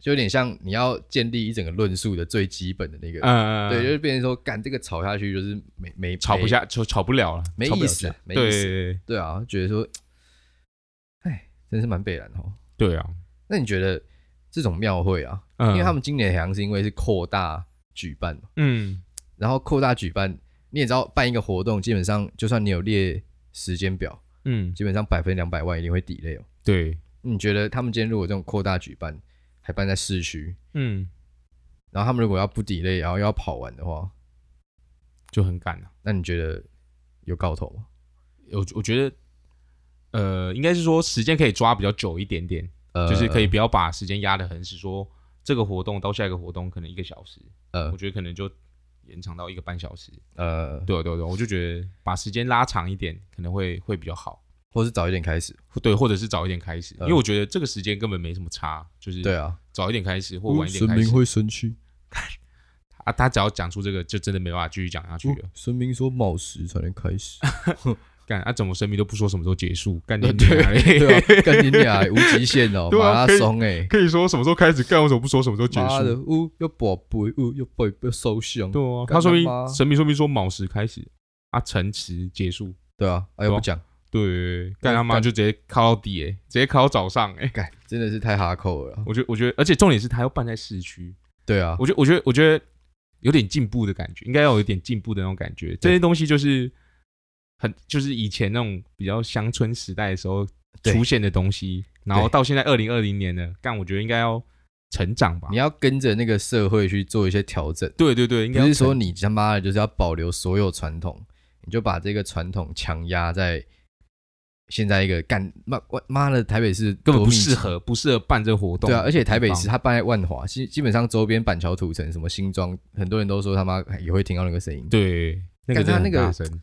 S1: 就有点像你要建立一整个论述的最基本的那个，
S2: 嗯，嗯嗯
S1: 对，就是变成说干这个吵下去就是没没
S2: 吵不
S1: 没
S2: 下，吵吵不了了，
S1: 没
S2: 吵不
S1: 意
S2: 了
S1: 思啊
S2: 架
S1: 没
S2: 对
S1: 意思
S2: 对
S1: 对啊，觉得说，哎，真是蛮北然哦。
S2: 对啊，
S1: 那你觉得这种庙会啊，
S2: 嗯，
S1: 因为他们今年好像是因为是扩大举办嘛，
S2: 嗯
S1: 然后扩大举办，你也知道办一个活动，基本上就算你有列时间表，
S2: 嗯
S1: 基本上百分之两百万一定会 delay 哦。
S2: 对
S1: 你觉得他们今天如果这种扩大举办，还办在市区，
S2: 嗯
S1: 然后他们如果要不 delay，然后要跑完的话，
S2: 就很赶了。
S1: 那你觉得有搞头吗？
S2: 我我觉得呃，应该是说时间可以抓比较久一点点，
S1: 呃
S2: 就是可以不要把时间压得很死，说这个活动到下一个活动可能一个小时，
S1: 呃
S2: 我觉得可能就延长到一个半小时。
S1: 呃，
S2: 对啊对啊对啊，我就觉得把时间拉长一点可能会会比较好。
S1: 或是早一点开始。
S2: 对，或者是早一点开始，因
S1: 嗯
S2: 为我觉得这个时间根本没什么差，就是
S1: 对啊，
S2: 早一点开始或晚一点开始，
S1: 会生气。
S2: 啊，他只要讲出这个，就真的没办法继续讲下去了。
S1: 神明说卯时才能开 始。
S2: 干、啊，怎么神明都不说什么时候结束？干你
S1: 嗯对
S2: 娘嘞
S1: 对啊，跟你俩无极限哦，
S2: 对啊
S1: 马拉松哎，
S2: 可以说什么时候开始干，为什么不说什么时候结
S1: 妈的，
S2: 束？
S1: 呜又宝贝，呜又宝贝收香。
S2: 对啊，
S1: 干
S2: 他说
S1: 他
S2: 明
S1: 妈
S2: 神明说明说卯时开始，啊辰时结束。
S1: 对啊，哎又不讲，
S2: 对，干他
S1: 嗯
S2: 妈
S1: 干
S2: 就直接靠到底、欸，直接靠到早上、欸，
S1: 干真的是太哈扣了啦。
S2: 我觉得，我觉得，而且重点是他要办在市区，
S1: 对啊，
S2: 我觉得，我觉得，我觉得有点进步的感觉，应该要有一点进步的那种感觉。这些东西就是很，就是以前那种比较乡村时代的时候
S1: 对
S2: 出现的东西，然后到现在二零二零年了，但我觉得应该要成长吧
S1: 你。要跟着那个社会去做一些调整。
S2: 对对对，应
S1: 不
S2: 该要
S1: 是说
S2: 成
S1: 你他妈的就是要保留所有传统，你就把这个传统强压在现在一个干妈我妈的台北市
S2: 根本
S1: 多
S2: 不
S1: 密集
S2: 适合，不适合办这活动。
S1: 对啊，而且台北市
S2: 是
S1: 它办在万华，基基本上周边板桥、土城、什么新庄，很多人都说他妈也会听到那个声音。，
S2: 对那个
S1: 干他
S2: 真的
S1: 那个
S2: 很大声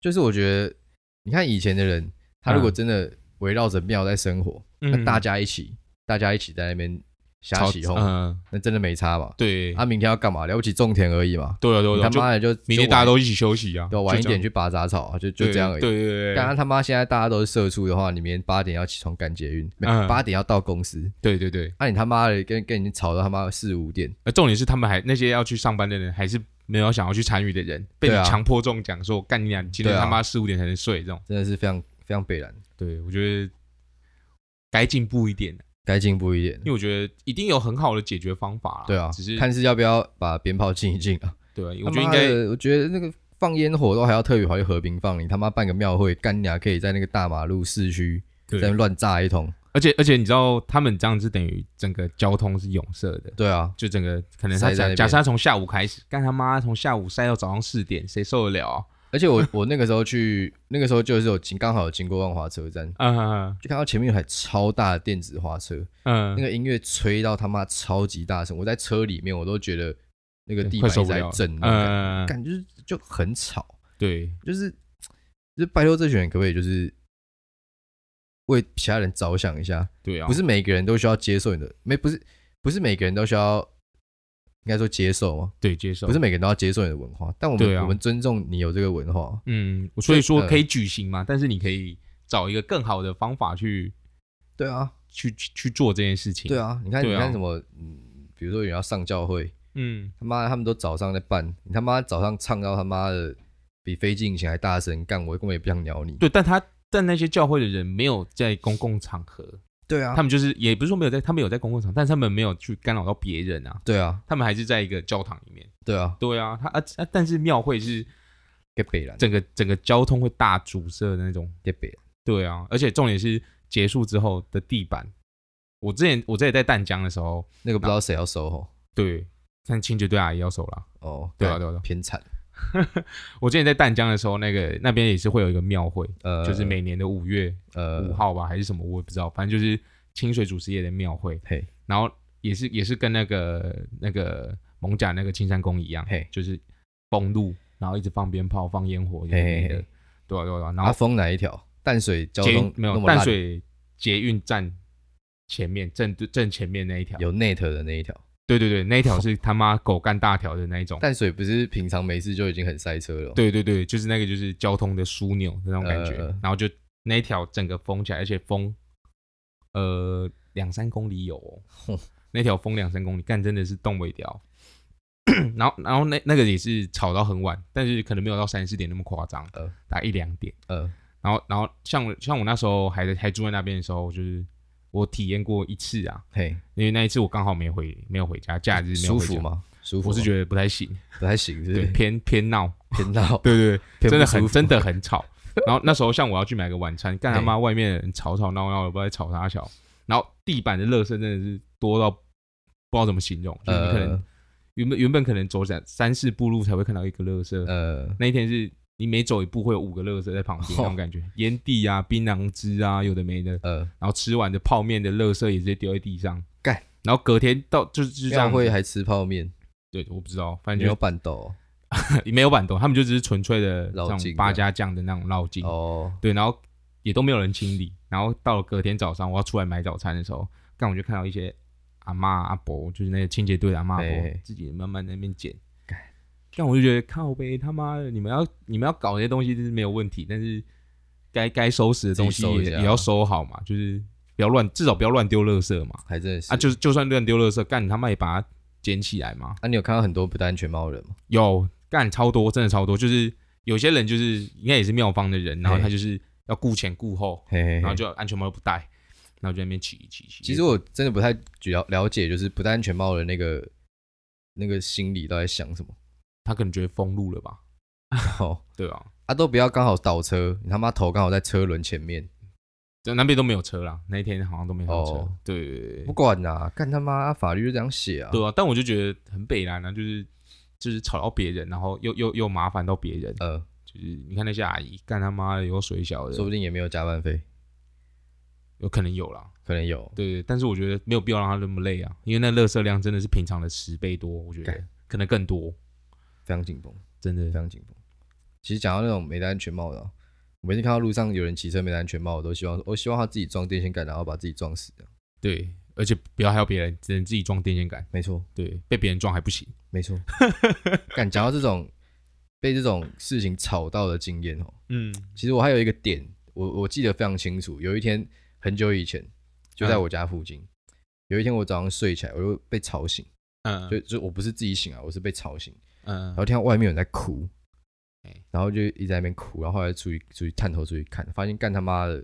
S1: 就是我觉得，你看以前的人，他如果
S2: 嗯
S1: 真的围绕着庙在生活，那
S2: 嗯
S1: 大家一起，大家一起在那边瞎
S2: 吵
S1: 起哄，
S2: 嗯，
S1: 那真的没差嘛。
S2: 对，
S1: 他、明天要干嘛？了不起种田而已嘛。
S2: 对啊，对啊
S1: 你
S2: 对啊，
S1: 他
S2: 就
S1: 妈的就
S2: 明天
S1: 就晚
S2: 大家都一起休息啊，
S1: 对
S2: 就
S1: 晚一
S2: 这样
S1: 点，去拔杂草啊，就就
S2: 对
S1: 这样而已。
S2: 对对对
S1: 刚
S2: 对
S1: 刚他妈现在大家都是社畜的话，你明天八点要起床赶捷运，没
S2: 嗯
S1: 八、点要到公司，啊
S2: 对对对，
S1: 那、你他妈的跟跟你吵到他妈四五点，
S2: 而重点是他们还那些要去上班的人，还是没有想要去参与的人，被你
S1: 对啊
S2: 强迫中奖说干你俩，你今天
S1: 对啊
S2: 他妈四五点才能睡这种。
S1: 真的是非常非常北然，
S2: 对，我觉得该进步一点，
S1: 该进步一点
S2: 因。为我觉得一定有很好的解决方法啦。
S1: 对啊，
S2: 只是
S1: 看是要不要把鞭炮禁一禁啊。
S2: 对啊，我觉得应
S1: 他妈
S2: 该
S1: 的，我觉得那个放烟火都还要特别跑去和平放，你他妈办个庙会，干你啊还可以在那个大马路市区在那
S2: 对
S1: 边乱炸一通。
S2: 而且而且你知道他们这样子等于整个交通是拥塞的。
S1: 对啊，
S2: 就整个可能他
S1: 塞在那
S2: 假
S1: 边
S2: 假设他从下午开始，干他妈从下午晒到早上四点，谁受得了啊？
S1: 而且 我我那个时候去，那个时候就是有经刚好有经过万华车站，
S2: 嗯
S1: 就看到前面有台超大的电子花车，
S2: 嗯
S1: 那，个音乐吹到他妈超级大声，我在车里面我都觉得那个
S2: 对
S1: 地
S2: 快
S1: 板
S2: 受
S1: 一直
S2: 不
S1: 在
S2: 了
S1: 震，那
S2: 嗯，
S1: 种感觉感觉就是就很吵，
S2: 对，
S1: 就是就是拜托这群人可不可以就是为其他人着想一下？
S2: 对啊，
S1: 不是每个人都需要接受你的，没不是不是每个人都需要，应该说接受吗？
S2: 对接受，
S1: 不是每个人都要接受你的文化，但我
S2: 对
S1: 们、
S2: 啊
S1: 我们尊重你有这个文化，
S2: 嗯，所
S1: 所以
S2: 以说
S1: 呃
S2: 可以举行嘛，但是你可以找一个更好的方法去
S1: 对啊，
S2: 去去去做这件事情。
S1: 对，啊，你看、
S2: 对啊
S1: 你看什么，嗯，比如说有人要上教会，
S2: 嗯，
S1: 他妈的他们都早上在办，你他妈早上唱到他妈的比飞进前还大声，干我根本也不想鸟你，
S2: 对，但他但那些教会的人没有在公共场合，
S1: 对啊
S2: 他，们就是也不是说没有在，他们有在公共场，但是他们没有去干扰到别人啊，
S1: 对啊，
S2: 他们还是在一个教堂里面。
S1: 对啊，
S2: 对啊，他啊啊，但是庙会是
S1: 给北兰，
S2: 整个整个交通会大阻塞的那种。
S1: 给北兰，
S2: 对啊，而且重点是结束之后的地板，我之前我之前在淡江的时候，
S1: 那个不知道谁要收吼，
S2: 对，但清洁队阿姨要收啦。
S1: 哦，
S2: 对啊
S1: 干
S2: 对啊对啊
S1: 偏惨，
S2: 我之前在淡江的时候，那个那边也是会有一个庙会，
S1: 呃，
S2: 就是每年的五月
S1: 呃
S2: 五号吧，还是什么，我也不知道，反正就是清水祖师爷的庙会，
S1: 嘿，
S2: 然后也是也是跟那个那个蒙甲那个青山宫一样，
S1: 嘿
S2: 就是封路，然后一直放鞭炮、放烟火，
S1: 嘿
S2: 嘿
S1: 嘿
S2: 的
S1: 嘿，
S2: 对啊对啊对啊，然
S1: 阿
S2: 后
S1: 峰哪一条？淡水交
S2: 捷
S1: 通
S2: 运没
S1: 那
S2: 有
S1: 么
S2: 淡
S1: 烂
S2: 水捷运站前面正正前面那一条，
S1: 有哦 net 的那一条，
S2: 对对对，那一条是他妈狗干大条的那一种，
S1: 淡水不是平常没事就已经很塞车了哦，
S2: 对对对，就是那个就是交通的枢纽那种感觉，
S1: 呃
S2: 然后就那一条整个封起来，而且封呃两三公里有、哦
S1: 哼，
S2: 那条封两三公里，干真的是动不了。 然后然后那那个也是吵到很晚，但是可能没有到三四点那么夸张，
S1: 呃
S2: 大概一两点。
S1: 呃，
S2: 然后然后像我像我那时候还在还住在那边的时候，就是我体验过一次啊，
S1: 嘿，
S2: 因为那一次我刚好没回没有回家，假日没有
S1: 舒
S2: 回
S1: 服
S2: 家？
S1: 吗？舒服吗，
S2: 我是觉得不太行，
S1: 不太行，是不
S2: 对，
S1: 是
S2: 偏偏闹，
S1: 偏到
S2: 对对对，
S1: 偏
S2: 真
S1: 不
S2: 的很
S1: 舒服
S2: 真的很吵。然后那时候像我要去买个晚餐，干他
S1: 嘿
S2: 妈外面的人吵吵闹闹的，不知道在吵啥小。然后地板的垃圾真的是多到不知道怎么形容，就是你可能
S1: 呃
S2: 原本原本可能走三三四步路才会看到一个垃圾，
S1: 呃，
S2: 那一天是你每走一步会有五个垃圾在旁边
S1: 哦
S2: 那种感觉，烟蒂啊、槟榔汁啊，有的没的。
S1: 呃，
S2: 然后吃完的泡面的垃圾也直接丢在地上，
S1: 干。
S2: 然后隔天到就是就这
S1: 庙
S2: 样，
S1: 会还吃泡面，
S2: 对，我不知道，反
S1: 没
S2: 正
S1: 有
S2: 就
S1: 板豆哦
S2: 没有板豆，他们就只是纯粹的
S1: 绕
S2: 这种
S1: 境
S2: 八
S1: 这
S2: 家酱的那种绕境。
S1: 哦，
S2: 对，然后也都没有人清理。然后到了隔天早上，我要出来买早餐的时候，刚我就看到一些阿妈阿伯，就是那个清洁队的阿妈阿
S1: 嘿
S2: 伯
S1: 嘿，
S2: 自己慢慢在那边捡。但我就觉得靠呗，他妈的，你们要你们要搞这些东西就是没有问题，但是该该收拾的东西
S1: 自己收一
S2: 也
S1: 下
S2: 也要收好嘛，就是不要乱，至少不要乱丢垃圾嘛。
S1: 还真的是
S2: 啊，就是就算乱丢垃圾，干你他妈也把它捡起来嘛。
S1: 啊，你有看到很多不戴安全帽的人吗？
S2: 有干超多，真的超多，就是有些人就是应该也是妙方的人，然后他
S1: 嘿
S2: 就是要顾前顾后，
S1: 嘿嘿
S2: 然后
S1: 嘿。
S2: 就安全帽都不戴，然后就在那边骑骑骑。
S1: 其实我真的不太了了解，就是不戴安全帽的那个那个心里到底想什么。
S2: 他可能觉得封路了吧？
S1: 哦，
S2: 对啊，
S1: 啊，都不要刚好倒车，你他妈头刚好在车轮前面，
S2: 在那边都没有车啦，那一天好像都没有车。
S1: 哦
S2: 对对
S1: 不
S2: 对
S1: 管啦、干他妈法律就这样写啊。
S2: 对啊！但我就觉得很北然啊，就是就是吵到别人，然后又又又麻烦到别人，
S1: 呃，
S2: 就是你看那些阿姨，干他妈的有水小
S1: 说不
S2: 的，
S1: 定也没有加班费，
S2: 有可能有啦。
S1: 可能有。
S2: 对对，但是我觉得没有必要让他那么累啊，因为那垃圾量真的是平常的十倍多，我觉得
S1: 干
S2: 可能更多，
S1: 非常紧绷，
S2: 真
S1: 非
S2: 的。
S1: 常紧绷。其实讲到那种没戴安全帽的啊、我每次看到路上有人骑车没戴安全帽，我都希望我希望他自己撞电线杆，然后把自己撞死的。
S2: 对，而且不要害到别人，只能自己撞电线杆。
S1: 没错，
S2: 对，被别人撞还不行。
S1: 没 错。敢讲到这种被这种事情吵到的经验哦，
S2: 嗯
S1: 其实我还有一个点，我我记得非常清楚。有一天很久以前，就在我家附近，有一天我早上睡起来，我就被吵醒，
S2: 嗯
S1: 就就我不是自己醒啊，我是被吵醒，
S2: 嗯
S1: 然后听到外面有人在哭
S2: 哎，
S1: 然后就一直在那边哭，然后后来出去出去探头出去看，发现干他妈的，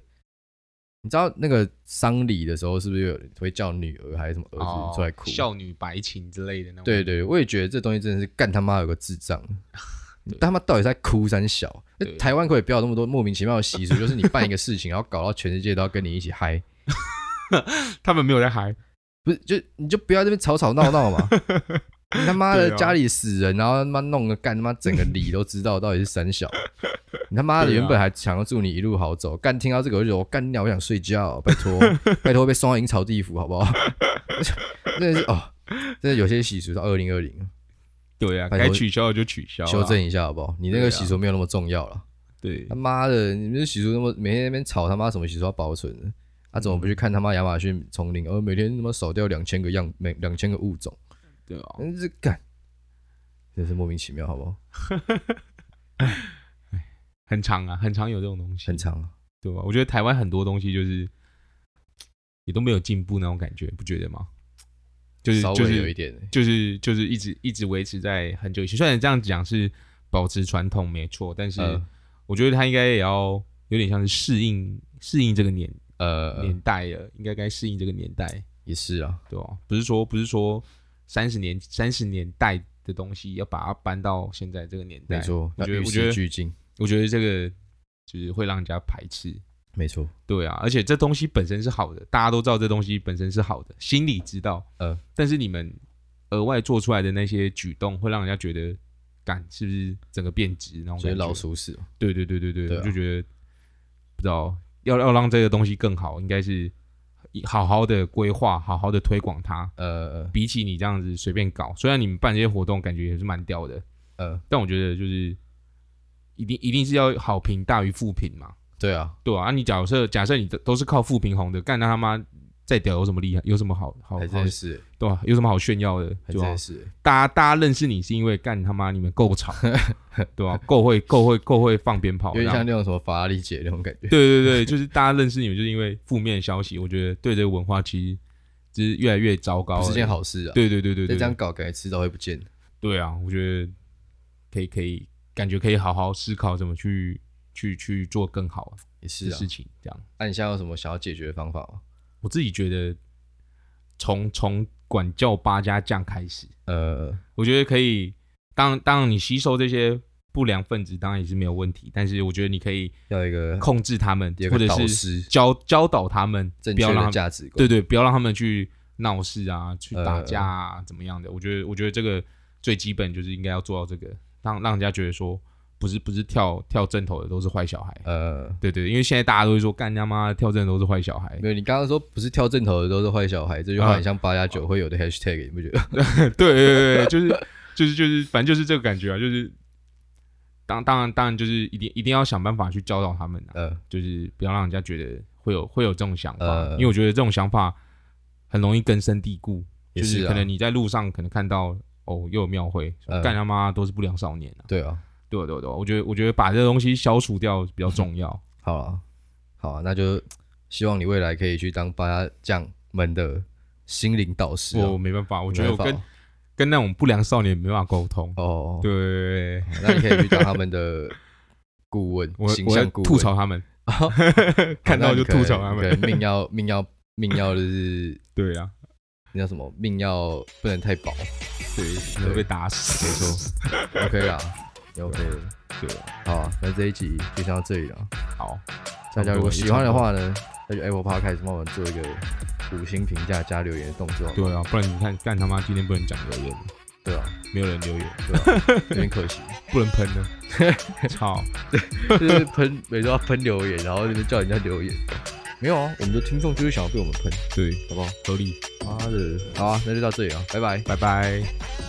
S1: 你知道那个丧礼的时候是不是有人会叫女儿还是什么儿
S2: 哦
S1: 子出来哭？
S2: 少女白情之类的那种。
S1: 对对，我也觉得这东西真的是干他妈有个智 障，你他妈到底在哭三小？那
S2: 对
S1: 台湾可以不要有那么多莫名其妙的习俗，就是你办一个事情，然后搞到全世界都要跟你一起嗨，
S2: 他们没有在嗨。
S1: 不是就你就不要这边吵吵闹闹 嘛。你他妈的
S2: 对啊
S1: 家里死人，然后他妈弄个干他妈整个里都知道到底是三小，你他妈的
S2: 对啊
S1: 原本还想要祝你一路好走，干听到这个我就觉得我干掉，我想睡觉，拜 托拜托被送到阴曹地府好不好？真的是哦，真的有些习俗到二零二零，
S2: 对啊，
S1: 拜
S2: 该
S1: 托
S2: 取消的就取消啊啦。
S1: 修正一下好不好？你那
S2: 对啊
S1: 个习俗没有那么重要了。
S2: 对
S1: 他，妈的，你们这习俗那么每天在那边吵他妈什么习俗要保存的？他、怎么不去看他妈亚马逊丛林？哦而每天他妈少掉两千个样，每两千个物种，
S2: 对啊，
S1: 真是嗯干，真是莫名其妙，好不好？
S2: 很长啊，很常有这种东西，
S1: 很长啊，
S2: 对吧？我觉得台湾很多东西就是也都没有进步那种感觉，不觉得吗？就是
S1: 稍
S2: 就
S1: 微有一
S2: 是
S1: 点、欸，
S2: 就是就是一直一直维持在很久以前。虽然这样讲是保持传统没错，但是
S1: 呃
S2: 我觉得他应该也要有点像是适应适应这个年
S1: 呃，
S2: 年代了，应该该适应这个年代，
S1: 也是啊，
S2: 对吧？不是说不是说三十年三十年代的东西要把它搬到现在这个年代，
S1: 没错，
S2: 我
S1: 那
S2: 觉得
S1: 与
S2: 我觉
S1: 时
S2: 得
S1: 俱进，
S2: 我觉得这个就是会让人家排斥。
S1: 没错，
S2: 对啊，而且这东西本身是好的，大家都知道这东西本身是好的，心里知道。
S1: 呃，
S2: 但是你们额外做出来的那些举动，会让人家觉得，感是不是整个变质那种
S1: 所
S2: 感
S1: 以
S2: 觉？
S1: 老鼠屎，
S2: 对对对对对，
S1: 对啊
S2: 我就觉得不知道要要让这个东西更好，应该是好好的规划，好好的推广它。
S1: 呃
S2: 比起你这样子随便搞，虽然你们办这些活动感觉也是蛮屌的，
S1: 呃，
S2: 但我觉得就是一定一定是要好评大于负评嘛。
S1: 对啊，
S2: 对啊，啊你假设假设你都都是靠富平红的，干那他妈再屌有什么厉害？有什么好好好
S1: 还真的是欸，
S2: 对啊？有什么好炫耀的？
S1: 还
S2: 对
S1: 真
S2: 吧、
S1: 的是欸，
S2: 大家大家认识你是因为干他妈你们 够吵，对吧、够会够会够会放鞭炮，
S1: 有点
S2: 然后
S1: 像 那种什么法拉利姐那种感觉，
S2: 对对对，就是大家认识你们就是因为负面消息，我觉得对这个文化其实就是越来越糟糕
S1: 不
S2: 了。
S1: 是件好事啊。
S2: 对对对对
S1: 再
S2: 对，
S1: 这样搞，感觉迟早会不见。
S2: 对啊，我觉得可以可以，感觉可以好好思考怎么去去去做更好
S1: 也是
S2: 的
S1: 啊
S2: 事，情，这样。
S1: 那你现在有什么想要解决的方法吗？
S2: 我自己觉得从从管教八家将开始，
S1: 呃，
S2: 我觉得可以。当当然你吸收这些不良分子，当然也是没有问题，但是我觉得你可以
S1: 要一个
S2: 控制他们，
S1: 有
S2: 或
S1: 个
S2: 者
S1: 导
S2: 是
S1: 师，
S2: 教教导他们，
S1: 正
S2: 不要
S1: 确
S2: 让
S1: 的
S2: 他们
S1: 价值观。
S2: 对对，不要让他们去闹事啊，去打
S1: 呃
S2: 架啊，怎么样的？我觉得我觉得这个最基本就是应该要做到这个，让让人家觉得说不是不是跳跳正头的都是坏小孩。
S1: 呃，
S2: 对对，因为现在大家都会说干他妈的跳正头都是坏小孩，
S1: 没有，你刚刚说不是跳正头的都是坏小孩，这句
S2: 啊
S1: 话很像八加九会有的 hashtag，你不觉得？
S2: 对对对，对，就是就是就是，反正就是这个感觉啊，就是当当然当然就是一定一定要想办法去教导他们啊，
S1: 呃，
S2: 就是不要让人家觉得会有会有这种想法，
S1: 呃
S2: 因为我觉得这种想法很容易根深蒂固，
S1: 也
S2: 就是
S1: 啊
S2: 可能你在路上可能看到哦又有庙会，
S1: 呃
S2: 干他妈都是不良少年啊，
S1: 对啊，
S2: 对对对，我觉得我觉得把这个东西消除掉比较重 要，
S1: 好啊，好啊，那就希望你未来可以去当八家将们的心灵导师
S2: 我
S1: 哦。
S2: 没办法，我
S1: 我
S2: 觉得我跟跟那种不良少年没办法沟通，
S1: 哦，
S2: 对对对对，
S1: 那你可以去当他们的顾问
S2: 我，
S1: 形
S2: 我要
S1: 象顾问，哦
S2: 吐槽他们，看到就吐槽他
S1: 好那你可能你，可能
S2: 们
S1: 命要命要命要就是
S2: 对啊。
S1: 那叫什么？命要不能太薄。
S2: 对，会被打死。
S1: 没错，OK 啦也，OK 了。
S2: 对，啊
S1: 好啊，那这一集就先到这里了。
S2: 好，
S1: 大家如果喜欢的话呢，那就 Apple Podcast 帮我们做一个五星评价加留言的动作。
S2: 对啊，不然你看，干他妈今天不能讲留言，
S1: 对啊，
S2: 没有人留言，
S1: 有点可惜，
S2: 不能喷 的，操！
S1: 就是喷每周要喷留言，然后就叫人家留言。没有啊，我们的听众就是想要被我们喷，
S2: 对，
S1: 好不好？
S2: 合理，
S1: 妈的，好啊，那就到这里啊，拜拜。
S2: 拜拜。